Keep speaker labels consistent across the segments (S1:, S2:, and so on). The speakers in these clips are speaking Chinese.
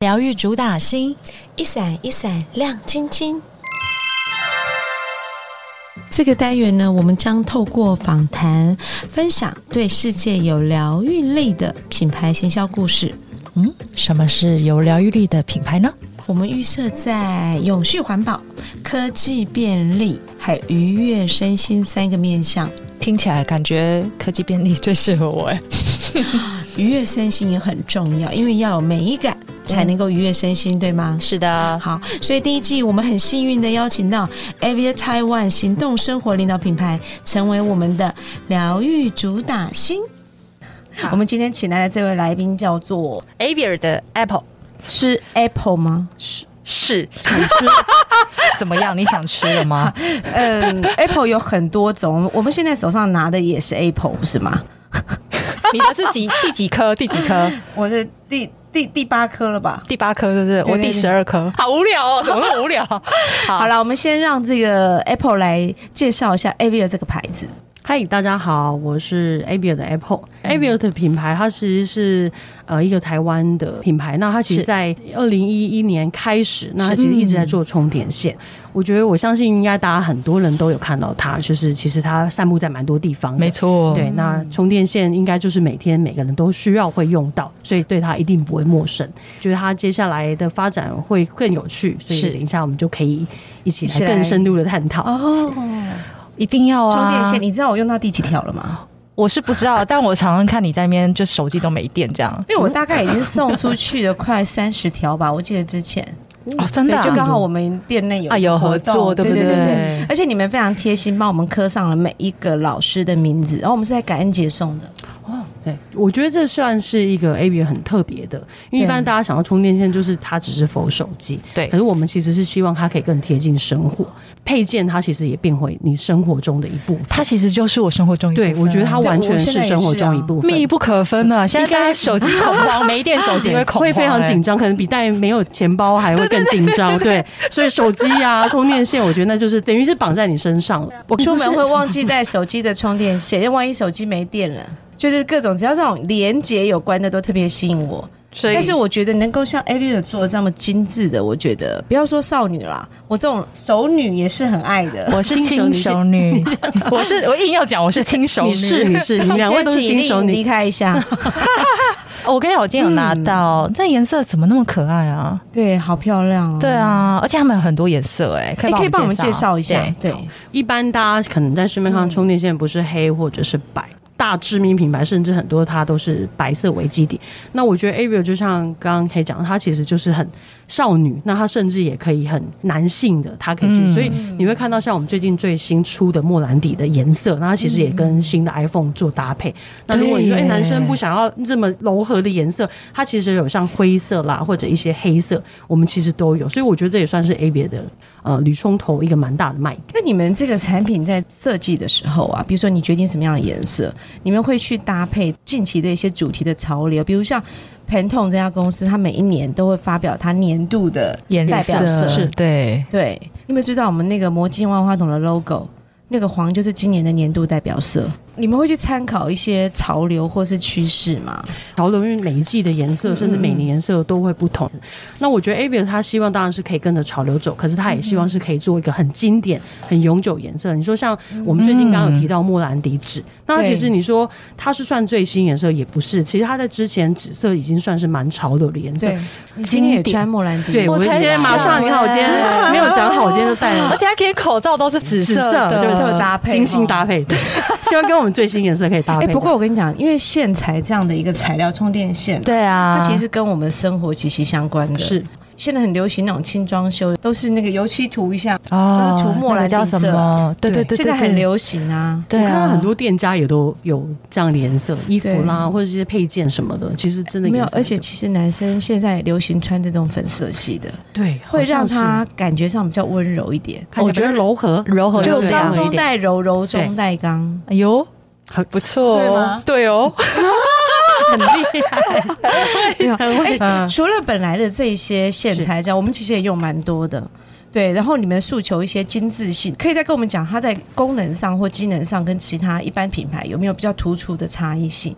S1: 疗愈主打心，
S2: 一闪一闪亮晶晶。
S3: 这个单元呢，我们将透过访谈分享对世界有疗愈力的品牌行销故事。
S1: 嗯，什么是有疗愈力的品牌呢？
S3: 我们预设在永续环保、科技便利，还有愉悦身心三个面向。
S1: 听起来感觉科技便利最适合我哎。
S3: 愉悦身心也很重要，因为要有美感才能够愉悦身心，对吗？
S1: 是的，
S3: 好，所以第一季我们很幸运的邀请到 Avia Taiwan 行动生活领导品牌，成为我们的疗愈主打星。我们今天请来的这位来宾叫做
S1: Avia 的 Apple
S3: 吃 Apple 吗？
S1: 是 怎么样？你想吃了 吗？
S3: 嗯，Apple 有很多种，我们现在手上拿的也是 Apple，不是吗？
S1: 你的是几第几颗？第几颗？
S3: 我是第第第八颗了吧？
S1: 第八颗是不是？我
S3: 对
S1: 第十二颗，好无聊哦，怎么那么无 聊？
S3: 好了，我们先让这个 Apple 来介绍一下 Avia 这个牌子。
S4: 嗨，大家好，我是 Avio 的 Apple。Avio 的品牌，它其实是呃一个台湾的品牌。那它其实，
S1: 是嗯
S4: 在二零一一年开始，那它其实一直在做充电线。我觉得，我相信应该大家很多人都有看到它，就是其实它散布在蛮多地方的。
S1: 没错，嗯
S4: 对，那充电线应该就是每天每个人都需要会用到，所以对它一定不会陌生。觉得它接下来的发展会更有趣，所以
S1: 是
S4: 等一下我们就可以一起
S3: 一起
S4: 来
S3: 来
S4: 更深入的探讨。
S3: 哦，
S1: 一定要啊！
S3: 充电线，你知道我用到第几条了吗？
S1: 我是不知道，但我常常看你在那边，就手机都没电这样。
S3: 因为我大概已经送出去了快三十条吧，我记得之前，
S1: 哦， 真
S3: 对
S1: 的啊、，
S3: 就刚好我们店内有
S1: 啊有合
S3: 活动
S1: 作，对
S3: 对
S1: 不
S3: 对对对。
S1: 对？
S3: 而且你们非常贴心，帮我们刻上了每一个老师的名字，然、后哦我们是在感恩节送的，
S4: 对，我觉得这算是一个 A B 很特别的，因为一般
S3: 对
S4: 大家想到充电线就是它只是否手机，
S1: 对
S4: 可是我们其实是希望它可以更贴近生活，配件它其实也变回你生活中的一部分。
S1: 它其实就是我生活中一部分
S4: 对，我觉得它完全是生活中一部分。
S1: 密不可分啊！现在大家手机恐慌，没电手机
S4: 对
S1: 会恐慌、欸
S4: 会非常紧
S1: 张。
S4: 张，可能比带没有钱包还会更紧张。对，所以手机啊、充电线，我觉得那就是等于是绑在你身上了。
S3: 我出门会忘记带手机的充电线，因为万一手机没电了。就是各种只要这种连接有关的都特别吸引我，
S1: 欸所以，
S3: 但是我觉得能够像 a v i 做的这么精致的，我觉得不要说少女啦，我这种熟女也是很爱的。
S1: 我是轻熟女，我是我硬要讲我是轻熟女。
S4: 你是你是，你们两位都是
S3: 先请
S4: 新手
S3: 丽颖离
S4: 女，
S3: 开一下，
S1: 哦我跟你讲，我今天有拿到，这颜色怎么那么可爱啊？
S3: 对，好漂亮哦。
S1: 对啊，而且他们有很多颜色哎、
S3: 哎，
S1: 以
S3: 你可以帮
S1: 我
S3: 我们介绍一下
S1: 对，
S3: 对，
S4: 一般大家可能在市面上充电线不是黑或者是白。大知名品牌，甚至很多它都是白色为基底。那我觉得 Avio 就像刚刚可以讲，它其实就是很少女，那它甚至也可以很男性的，它可以去。
S1: 嗯
S4: 所以你会看到像我们最近最新出的莫兰迪的颜色，那它其实也跟新的 iPhone 做搭配。那如果你说哎、
S1: 对耶
S4: 男生不想要这么柔和的颜色，它其实有像灰色啦或者一些黑色，我们其实都有。所以我觉得这也算是 Avio 的呃铝冲头一个蛮大的卖点。
S3: 那你们这个产品在设计的时候啊，比如说你决定什么样的颜色，你们会去搭配近期的一些主题的潮流，比如像 Pantone 这家公司，它每一年都会发表它年度的
S1: 颜
S3: 代表
S1: 色
S3: 色。
S1: 是对，
S3: 对，你有没有知道我们那个魔镜万花筒的 logo，那个黄就是今年的年度代表色？你们会去参考一些潮流或是趋势吗？
S4: 潮流，因为每一季的颜色，甚至每年颜色都会不同。那我觉得 a b i 他希望当然是可以跟着潮流走，可是他也希望是可以做一个很经典、很永久颜色。你说像我们最近刚刚有提到莫兰迪纸，那其实
S3: 对
S4: 你说它是算最新颜色，也不是。其实它在之前紫色已经算是蛮潮流的颜色。，
S3: 你今天也穿莫兰迪，
S4: 对，我
S1: 我
S4: 今
S1: 才
S4: 天马上，
S1: 想
S4: 你看我今天
S3: 啊
S1: 欸
S4: 没有讲好，我今天就戴了
S1: 而且它可以口罩都是 紫
S4: 紫
S1: 色
S4: 色，
S1: 的，
S4: 就是
S3: 特搭配
S4: 精心搭配，对 希望跟我们最新颜色可以搭
S3: 哎、
S4: 配。
S3: 不过我跟你讲，因为线材这样的一个材料，充电线，
S1: 对啊，
S3: 它其实是跟我们生活息息相关的。
S4: 是
S3: 现在很流行那种轻装修，都是那个油漆涂一下，
S1: 哦，
S3: 涂墨
S1: 那个
S3: 兰
S1: 叫
S3: 迪
S1: 什
S3: 色
S1: 么？对对对，
S4: 对
S3: 现在
S1: 对
S3: 很。流行啊。
S1: 对
S4: 我看
S1: 啊，
S4: 到很多店家也都有这样的颜色，衣服
S3: 对
S4: 啦或者一些配件什么的，其实真的
S3: 没有
S4: 颜，色
S3: 而且
S4: 就
S3: 其实男生现在流行穿这种粉色系的，
S4: 对，
S3: 会让
S4: 好像
S3: 他感觉上比较温柔一点。
S4: 是看起来
S1: 我觉得
S4: 比较柔和，
S1: 柔和
S3: 就
S1: 一点
S3: 刚
S4: 啊柔和一
S3: 中
S4: 点
S3: 带柔，柔中带刚。
S1: 哎呦，
S4: 很
S1: 不错
S3: 对
S1: 哦
S3: 吗，
S1: 对哦，
S4: 很厉害，
S3: 没有哎
S4: 很会
S1: 嗯，
S3: 除了本来的这些线材之外，我们其实也用蛮多的。对，然后你们诉求一些精致性，可以再跟我们讲它在功能上或机能上跟其他一般品牌有没有比较突出的差异性？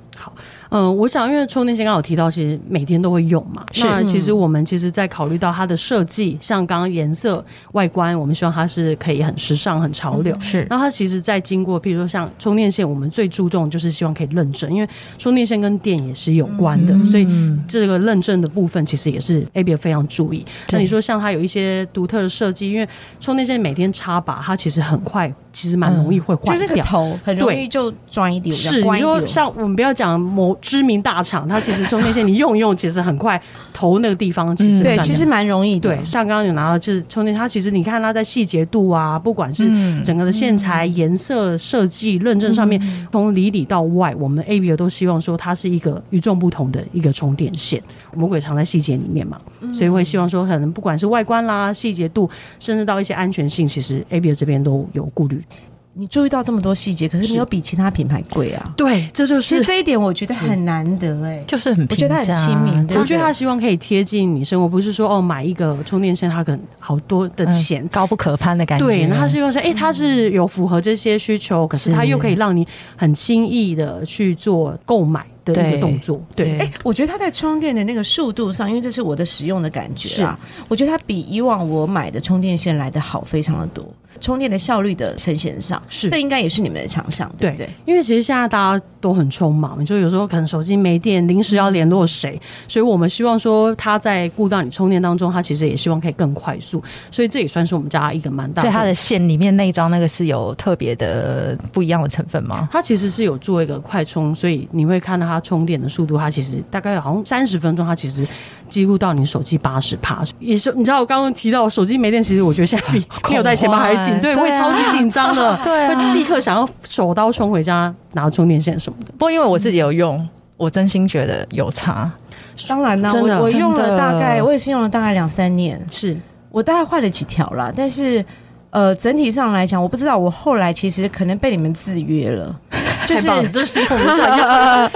S4: 嗯，我想，因为充电线刚好有提到，其实每天都会用嘛。
S1: 是
S4: 那其实我们其实，在考虑到它的设计，像刚刚颜色、外观，我们希望它是可以很时尚、很潮流。
S1: 是
S4: 那它其实，在经过，譬如说像充电线，我们最注重就是希望可以认证，因为充电线跟电也是有关的，所以
S1: 嗯
S4: 这个认证的部分其实也是 A B 非常注意。
S1: 对
S4: 那你说像它有一些独特的设计，因为充电线每天插拔，它其实很快，其实蛮容易会坏
S3: 嗯就是那个
S4: 掉。
S3: 头很容易
S4: 对
S3: 就转一丢，
S4: 是，
S3: 关
S4: 你
S3: 一丢
S4: 说。像我们不要讲某知名大厂，它其实充电线你用一用，其实很快头那个地方其实
S1: 嗯
S3: 对，
S4: 慢慢
S3: 其实蛮容易的。
S4: 对，像刚刚有拿到就是充电，它其实你看它在细节度啊，不管是
S1: 嗯
S4: 整个的线材、颜色、设计、认证上面，从里里到外，我们 A B 都希望说它是一个与众不同的一个充电线。我们鬼藏在细节里面嘛，所以会希望说，可能不管是外观啦、细节度，甚至到一些安全性，其实 A B 这边都有顾虑。
S3: 你注意到这么多细节，可是
S4: 是
S3: 没有比其他品牌贵啊。
S4: 对，这就
S3: 其
S4: 是
S3: 实这一点我觉得很难得哎、
S1: 就是很
S3: 我觉得它很
S1: 平价
S3: 亲民对
S4: 我觉得他希望可以贴近你生活，不是说哦买一个充电线，它可能好多的
S1: 嗯
S4: 钱，
S1: 高不可攀的感觉。
S4: 对，那他是用说，哎、它是有符合这些需求，可是它
S1: 是
S4: 又可以让你很轻易的去做购买的一个
S1: 对
S4: 动作，对。
S1: 对
S3: 哎、我觉得它在充电的那个速度上，因为这是我的使用的感觉啊，我觉得它比以往我买的充电线来的好非常的多，充电的效率的呈现上，
S4: 是
S3: 这应该也是你们的强项，对不对？
S4: 因为其实现在大家都很匆忙，你就有时候可能手机没电，临时要联络谁，所以我们希望说他在顾到你充电当中，他其实也希望可以更快速，所以这也算是我们家一个蛮大
S1: 所
S4: 的。
S1: 以它的线里面那一张那个是有特别的不一样的成分吗？
S4: 它其实是有做一个快充，所以你会看到它充电的速度，它其实大概好像三十分钟，它其实几乎到你手机八十帕。也是你知道我刚刚提到手机没电，其实我觉得现在比没有带钱包还紧，对，
S1: 对啊
S4: 会超级紧张的，
S1: 对啊
S4: 会立刻想要手刀冲回家拿充电线什么的。
S1: 不过因为我自己有用，我真心觉得有差。
S3: 当然啦、
S4: 真的
S3: 我我用
S1: 真
S3: 了
S1: 的
S3: 大概，我也是用了大概两三年，
S4: 是
S3: 我大概换了几条啦，但是。呃，整体上来讲，我不知道，我后来其实可能被你们制约了， 就是
S4: 太棒了 这是我们想要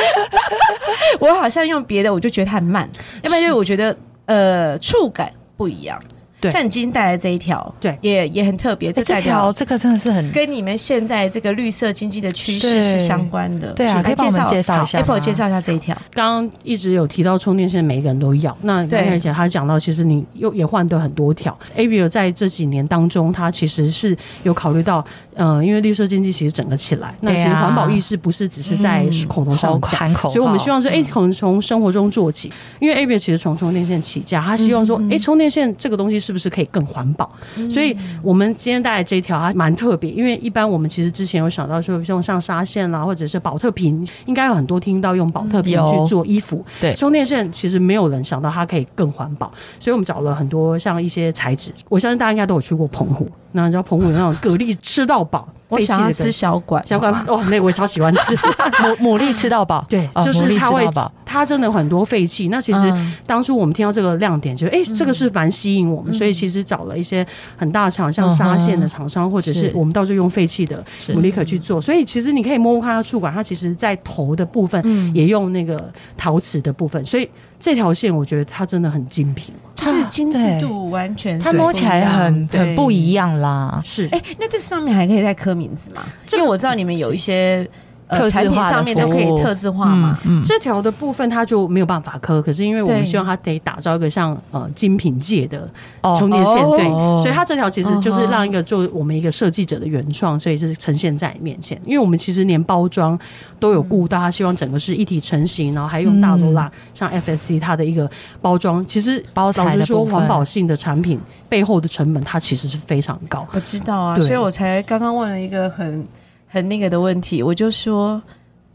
S3: 我好像用别的，我就觉得它很慢，要不然就是我觉得呃触感不一样。
S4: 对
S3: 像你今天带来这一条，
S4: 对
S3: 也也很特别，这
S1: 哎这
S3: 代表
S1: 条这个真的是很
S3: 跟你们现在这个绿色经济的趋势是
S1: 对
S3: 相关的。
S1: 对啊，
S3: 来
S1: 可以帮我们介绍一下吗
S3: Apple 介绍一下这一条，
S4: 刚刚一直有提到充电线，每个人都要。那
S3: 对
S4: 而且他讲到，其实你又也换得很多条。a v i o 在这几年当中，它其实是有考虑到，呃，因为绿色经济其实整个起来，那
S1: 对啊
S4: 其实环保意识不是只是在
S1: 嗯
S4: 口头
S1: 好
S4: 上讲。
S1: 喊口号，嗯
S4: 所以，我们希望说，哎、可能从生活中做起，因为 a b i o 其实从充电线起家，他希望
S1: 嗯
S4: 说，哎、充电线这个东西是不是可以更环保？所以，我们今天带来这一条，它蛮特别，因为一般我们其实之前有想到说，用上纱线啊啦，或者是保特瓶，应该有很多听到用保特瓶
S1: 嗯有
S4: 去做衣服。
S1: 对
S4: 充电线其实没有人想到它可以更环保，所以我们找了很多像一些材质，我相信大家应该都有去过澎湖，那你知道澎湖有那种蛤蜊吃到 饱，
S3: 我
S4: 废弃
S3: 想
S4: 的
S3: 要
S4: 跟
S3: 吃小管，
S4: 小管
S3: 好吗
S4: 哦，那个我也超喜欢吃。
S1: 牡牡蛎吃到饱，
S4: 对，
S1: 哦
S4: 就
S1: 牡蛎
S4: 是
S1: 吃
S4: 它会
S1: 到饱，，
S4: 它真的很多废气。那其实
S1: 嗯
S4: 当初我们听到这个亮点，就是哎、诶这个是蛮吸引我们，所以其实找了一些很大厂，像纱线的厂商，或者是
S1: 是
S4: 我们到时候用废弃的
S1: 是
S4: 牡蛎壳去做。所以其实你可以摸摸看它触感，它其实在头的部
S3: 嗯
S4: 分
S1: 嗯
S4: 也用那个陶瓷的部分，所以这条线我觉得它真的很精品。啊
S3: 就是精致度完全是
S1: 它
S3: 不一样，
S1: 摸起来很很不
S3: 样。
S1: 一样啦。
S4: 是，
S3: 哎，那这上面还可以再刻名字吗？因为我知道你们有一些呃
S1: 特制化的
S3: 产品上面都可以特制化
S1: 嗯
S3: 嘛。
S1: 嗯，
S4: 这条的部分它就没有办法刻，可是因为我们
S3: 对
S4: 希望它得打造一个像呃精品界的
S1: 哦
S4: 充电线，
S3: 哦
S4: 对，
S1: 哦
S4: 所以它这条其实就是让一个做我们一个设计者的原创，所以是呈现在你面前。因为我们其实连包装都有顾到，它希望整个是一体成型，然后还用大罗拉、像 FSC 它的一个包装，其实
S1: 嗯包材
S4: 老
S1: 的
S4: 实说，
S1: 部分
S4: 环保性的产品背后的成本它其实是非常高。
S3: 我知道啊，
S4: 对
S3: 所以我才刚刚问了一个很很那个的问题，我就说，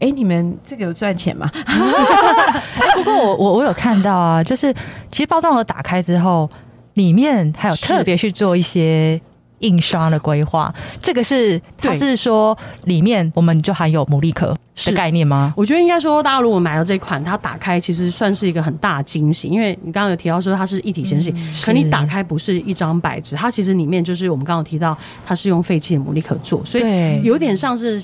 S3: 哎，你们这个有赚钱吗？
S1: 不过我我我有看到啊，就是其实包装盒打开之后，里面还有
S4: 是
S1: 特别去做一些印刷的规划。这个是它
S4: 对
S1: 是说里面我们就含有牡蛎壳的
S4: 是
S1: 概念吗？
S4: 我觉得应该说，大家如果买到这款，它打开其实算是一个很大的惊喜，因为你刚刚有提到说它是一体成型，可你打开不是一张白纸，它其实里面就是我们刚刚有提到，它是用废弃的牡蛎壳做，所以
S1: 对
S4: 有点像是。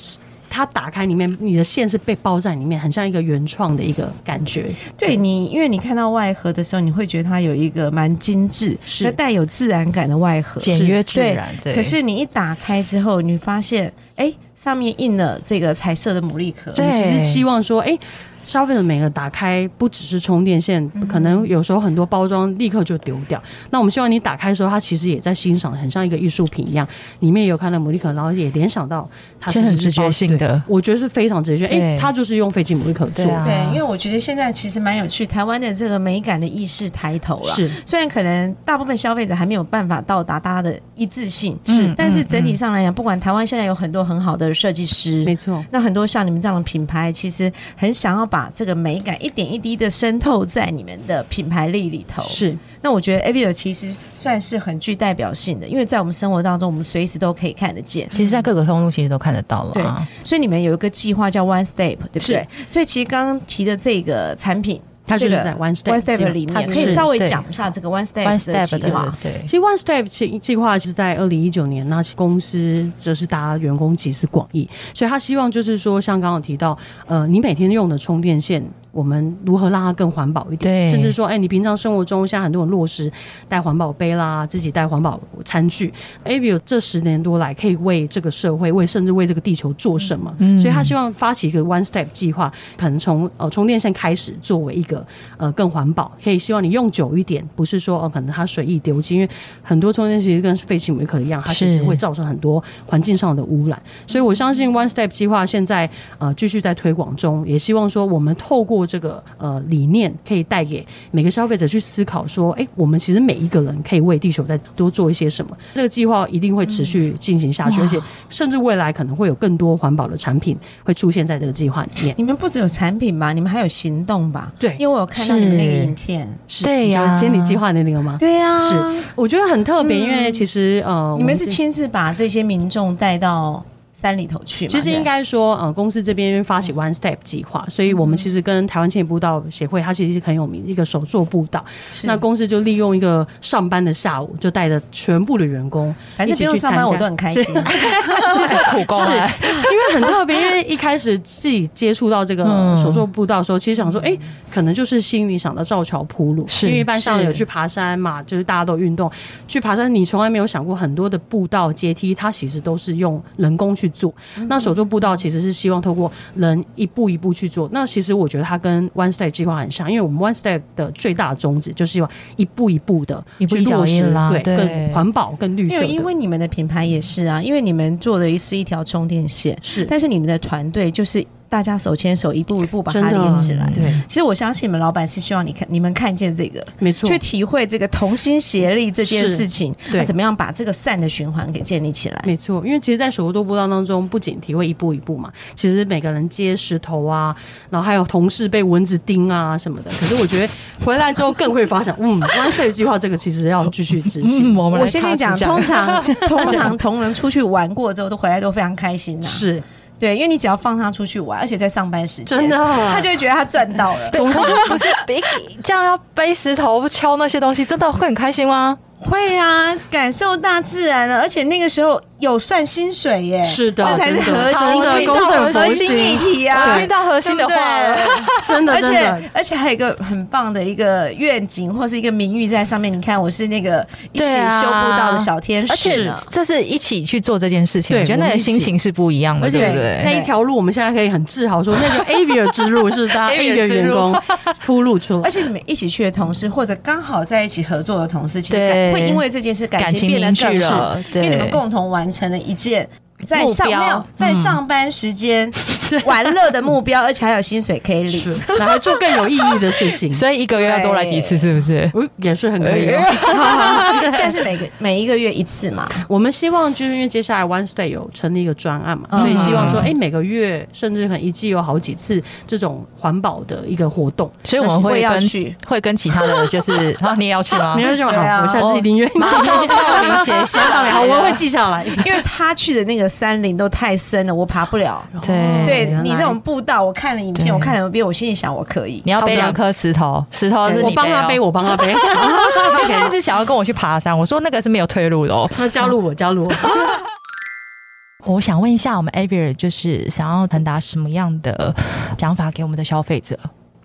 S4: 它打开里面，你的线是被包在里面，很像一个原创的一个感觉。
S3: 对你，因为你看到外盒的时候，你会觉得它有一个蛮精致、
S4: 是
S3: 和带有自然感的外盒。
S1: 简约自然，对，
S3: 可是你一打开之后，你发现哎，诶上面印了这个彩色的牡蛎壳。
S1: 对
S4: 我们其实希望说，哎、消费者每个打开不只是充电线，
S1: 嗯
S4: 可能有时候很多包装立刻就丢掉。那我们希望你打开的时候，它其实也在欣赏，很像一个艺术品一样，里面有看到牡蛎壳，然后也联想到它
S1: 是
S4: 其实
S1: 很
S4: 是
S1: 直觉
S4: 包
S1: 性的
S4: 对我觉得是非常直觉。哎、
S1: 对
S4: 它就是用废弃牡蛎壳做
S1: 对啊
S4: 的，
S3: 对，因为我觉得现在其实蛮有趣，台湾的这个美感的意识抬头了。
S4: 是
S1: 啊
S3: 虽然可能大部分消费者还没有办法到达大家的一致性，
S1: 是
S3: 但是整体上来讲，不管台湾现在有很多很好的设计师，
S4: 没错。
S3: 那很多像你们这样的品牌，其实很想要把这个美感一点一滴的渗透在你们的品牌力里头。
S4: 是
S3: 那我觉得 a v i o 其实算是很具代表性的，因为在我们生活当中，我们随时都可以看得见。
S1: 其实，在各个通路其实都看得到了啊。
S3: 所以你们有一个计划叫 One Step，对不对？所以其实刚刚提的这个产品
S4: 它就
S3: 这
S4: 是
S3: 个
S4: 在 One Step
S3: One Step
S4: 里。
S3: 里
S1: 它
S3: 面，
S1: 就是
S3: 可以稍微
S1: 对
S3: 讲一下这个 One
S1: One
S3: Step 的
S1: Step
S3: 计划
S1: 的。对
S4: 其实 One Step 计计划是在二零一九年，那公司就是大家员工集思广益，所以他希望就是说，像刚刚有提到，呃，你每天用的充电线，我们如何让它更环保一点？
S1: 对
S4: 甚至说，哎、你平常生活中现在很多人落实带环保杯啦，自己带环保餐具。Avio 这十年多来，可以为这个社会，为甚至为这个地球做什么？
S1: 嗯
S4: 所以他希望发起一个 One Step 计划，可能从呃充电线开始，作为一个呃更环保，可以希望你用久一点，不是说哦、可能它随意丢弃，因为很多充电其实跟废弃煤壳一样，它其实
S1: 是嗯
S4: 会造成很多环境上的污染。所以我相信 One Step 计划现在呃继续在推广中，也希望说我们透过这个呃理念，可以带给每个消费者去思考说，哎、我们其实每一个人可以为地球再多做一些什么。这个计划一定会持续进行下去，
S1: 嗯哇
S4: 而且甚至未来可能会有更多环保的产品会出现在这个计划里面。
S3: 你们不只有产品吧，你们还有行动吧？
S4: 对
S3: 因为我有看到你们那个影片。
S4: 是
S1: 对
S4: 你觉得
S1: 呀
S4: 千里计划的那个吗？
S3: 对啊，
S4: 是我觉得很特别，因为其实呃，
S3: 嗯你
S4: 我
S3: 们是
S4: 自己
S3: 亲自把这些民众带到山里头去吗？
S4: 其实
S3: 对
S4: 应该说，呃，公司这边发起 One Step 计划，所以我
S3: 嗯
S4: 们其实跟台湾千里步道协会，它其实是很有名一个手作步道。
S3: 是
S4: 那公司就利用一个上班的下午，就带着全部的员工
S3: 反
S4: 一
S3: 正不
S4: 起去
S3: 用上
S4: 参加。
S3: 班，我都很开心。
S1: 苦工
S4: 是
S3: 哎
S4: 因为很特别，因为一开始自己接触到这个
S1: 嗯
S4: 手作步道的时候，其实想说，哎、可能就是心里想到造桥铺路，
S1: 是
S4: 因为一般上
S1: 是
S4: 有去爬山嘛，就是大家都运动去爬山，你从来没有想过很多的步道阶梯，它其实都是用人工去做。
S3: 嗯
S4: 那手作步道其实是希望透过人一步一步去做。那其实我觉得它跟 One Step 计划很像，因为我们 One Step 的最大的宗旨就是希望一步一步的
S1: 一步一脚印啦
S4: 对，
S1: 对
S4: 更环保、更绿
S3: 没
S4: 色
S3: 有，
S4: 的。
S3: 因为你们的品牌也是啊，因为你们做的是一条充电线，
S4: 是
S3: 但是你们的团队就是大家手牵手，一步一步把
S4: 真
S3: 它
S4: 的
S3: 连起来。
S1: 嗯对，
S3: 其实我相信你们老板是希望你看你们看见这个，
S4: 没错
S3: 去，体会这个同心协力这件
S4: 是
S3: 事情，
S4: 对
S3: 那怎么样把这个善的循环给建立起来？
S4: 没错，因为其实，在手工多步道当中，不仅体会一步一步嘛，其实每个人接石头啊，然后还有同事被蚊子叮啊什么的。可是我觉得回来之后更会发想， 嗯，One Step 计划这个其实要继续执行。
S1: 嗯，我们来
S3: 我先跟你
S1: 查
S3: 讲，
S1: 资料
S3: 通常 通常同仁出去玩过之后，都回来都非常开心呐、
S4: 嗯是
S3: 对，因为你只要放他出去玩，而且在上班时间，
S4: 真 的，
S1: 哦
S3: 他就会觉得他赚 到了。
S1: 可是不是别哎这样要背石头敲那些东西，真的会很开心吗？
S3: 会啊，感受大自然了，而且那个时候有算薪水耶，
S4: 是的
S3: 这才是
S4: 真的
S3: 核心
S1: 真的
S3: 听
S1: 公
S3: 到
S1: 正
S3: 核
S1: 佛
S3: 心
S1: 心
S3: 议题啊，
S1: 我听到核心的话了，
S3: 对不对
S4: 真的
S3: 而
S4: 真的
S3: 且而且还有一个很棒的一个愿景或是一个名誉在上面。你看，我是那个一起
S1: 对啊
S3: 修步道的小天
S1: 而
S3: 使啊
S1: 且
S3: 呢。
S1: 这是一起去做这件事情，
S4: 对
S1: 我觉得那
S4: 我
S1: 个
S4: 们一起
S1: 心情是不一样的，
S4: 而且
S1: 对不
S4: 那
S1: 对？
S4: 一条路，我们现在可以很自豪说，那就 Avia 之路是大家
S1: Avia
S4: Avia
S1: 之
S4: 员
S1: 路
S4: 工铺路出来
S3: 而。且你们一起去的同事，或者刚好在一起合作的同事，其实
S1: 对
S3: 感会因为这件事感
S1: 感
S3: 情
S1: 情
S3: 变得
S1: 凝聚
S3: 更好，
S1: 了，
S3: 因为你
S1: 对
S3: 们，共同完成了一件在
S1: 目
S3: 上
S1: 标
S3: 没有在
S1: 嗯
S3: 上班时间 玩乐的目标，而且还有薪水可以领。
S4: 是，然后做更有意义的事 情，
S1: 所以一个月要多来几次，是不是？
S4: 我也是很可以、哦。
S3: 现在是每个每一个月一次嘛，
S4: 我们希望就是因为接下来 One Stay 有成立一个专案嘛，
S3: 嗯
S4: 所以希望说，
S1: 嗯
S4: 哎、每个月甚至可能一季有好几次这种环保的一个活动。
S1: 所以我们
S3: 我
S1: 会
S3: 也要
S1: 跟
S3: 去，
S1: 会跟其他的就是， 然后你也要去吗
S4: 没？有就好，
S3: 对啊
S4: 我下次一定愿意。
S1: 哦马上报名啊写下来
S4: 好，我会记下来。
S1: 哦
S3: 因为他去的那个山林都太深了，我爬不了。
S1: 对
S3: 对
S4: 原来
S3: 你这种步道，我看了影片，
S1: 哦对
S3: 我看了影片，我心里想我可以。
S1: 你要背两颗石头，石头是
S4: 我
S1: 你
S4: 帮他
S1: 哦
S4: 背，。我帮他背。
S1: 他一直想要跟我去爬山，我说那个是没有退路的哦。
S4: 那加入我，加入我。
S1: 我想问一下，我们 Avir 就是想要传达什么样的想法给我们的消费者？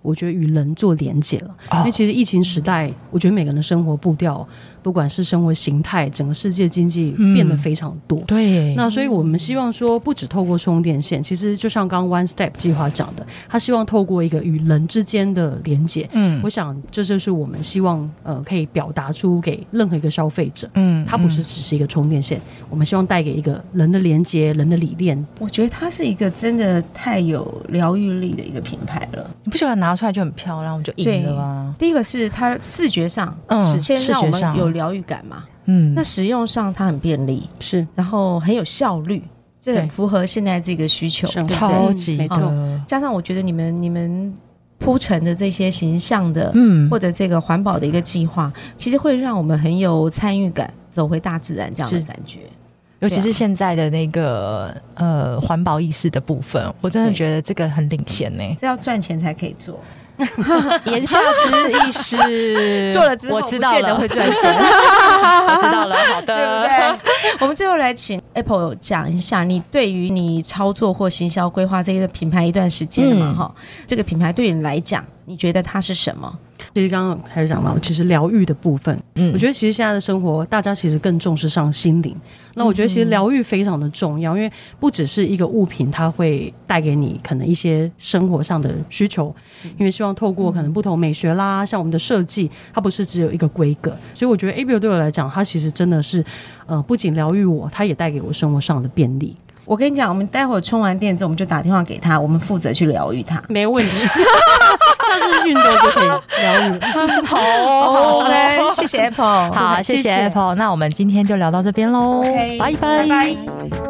S4: 我觉得与人做连接了，
S1: 哦
S4: 因为其实疫情时代，我觉得每个人的生活步调不不管是生活形态，整个世界经济
S1: 嗯
S4: 变得非常多。
S1: 对，
S4: 那所以，我们希望说，不只透过充电线，其实就像刚刚 One Step 计划讲的，他希望透过一个与人之间的连接。
S1: 嗯
S4: 我想，这就是我们希望呃可以表达出给任何一个消费者，
S1: 嗯
S4: 它不是只是一个充电线，我们希望带给一个人的连接、人的理念。
S3: 我觉得它是一个真的太有疗愈力的一个品牌了。
S1: 你不喜欢拿出来就很漂亮，我就赢了啊。
S3: 第一个是它视觉上，
S1: 嗯
S3: 是先让我
S1: 视觉上
S3: 们有疗愈感嘛。
S1: 嗯，
S3: 那使用上它很便利，
S4: 是
S3: 然后很有效率，这
S4: 对
S3: 很符合现在这个需求。
S4: 生活
S1: 超级
S4: 嗯没错
S1: 的，
S3: 加上我觉得你们你们铺陈的这些形象的，
S1: 嗯，
S3: 或者这个环保的一个计划，其实会让我们很有参与感，走回大自然这样的
S4: 是
S3: 感觉。
S1: 尤
S3: 啊
S1: 其是现在的那个呃环保意识的部分，我真的
S3: 对
S1: 觉得这个很领先 呢、
S3: 这要赚钱才可以做，
S1: 言下之意 是
S3: 做了之后
S1: 我知道
S3: 不见得
S1: 了
S3: 会，赚 钱，
S1: 我知道了，好
S3: 对不
S1: 的，
S3: 对？我们最后来请 Apple 讲一下，你对于你操作或行销规划这个品牌一段时间了嘛？
S1: 嗯
S3: 哈、这个品牌对你来讲，你觉得它是什么？
S4: 其实刚刚还是讲到，其实疗愈的部分，
S1: 嗯
S4: 我觉得其实现在的生活，大家其实更重视上心灵。那我觉得其实疗愈非常的重要，因为不只是一个物品，它会带给你可能一些生活上的需求。因为希望透过可能不同美学啦，像我们的设计，它不是只有一个规格。所以我觉得 A B 对我来讲，它其实真的是，呃，不仅疗愈我，它也带给我生活上的便利。
S3: 我跟你讲，我们待会儿充完电之后，我们就打电话给他，我们负责去疗愈他。
S4: 没有问题， 像是运动就可以疗愈。
S1: 好
S3: 哦 OK，谢谢 Apple，
S1: 好，谢
S4: 谢
S1: 谢
S4: 谢
S1: Apple，那我们今天就聊到这边喽，
S3: OK，
S1: 拜
S3: 拜拜。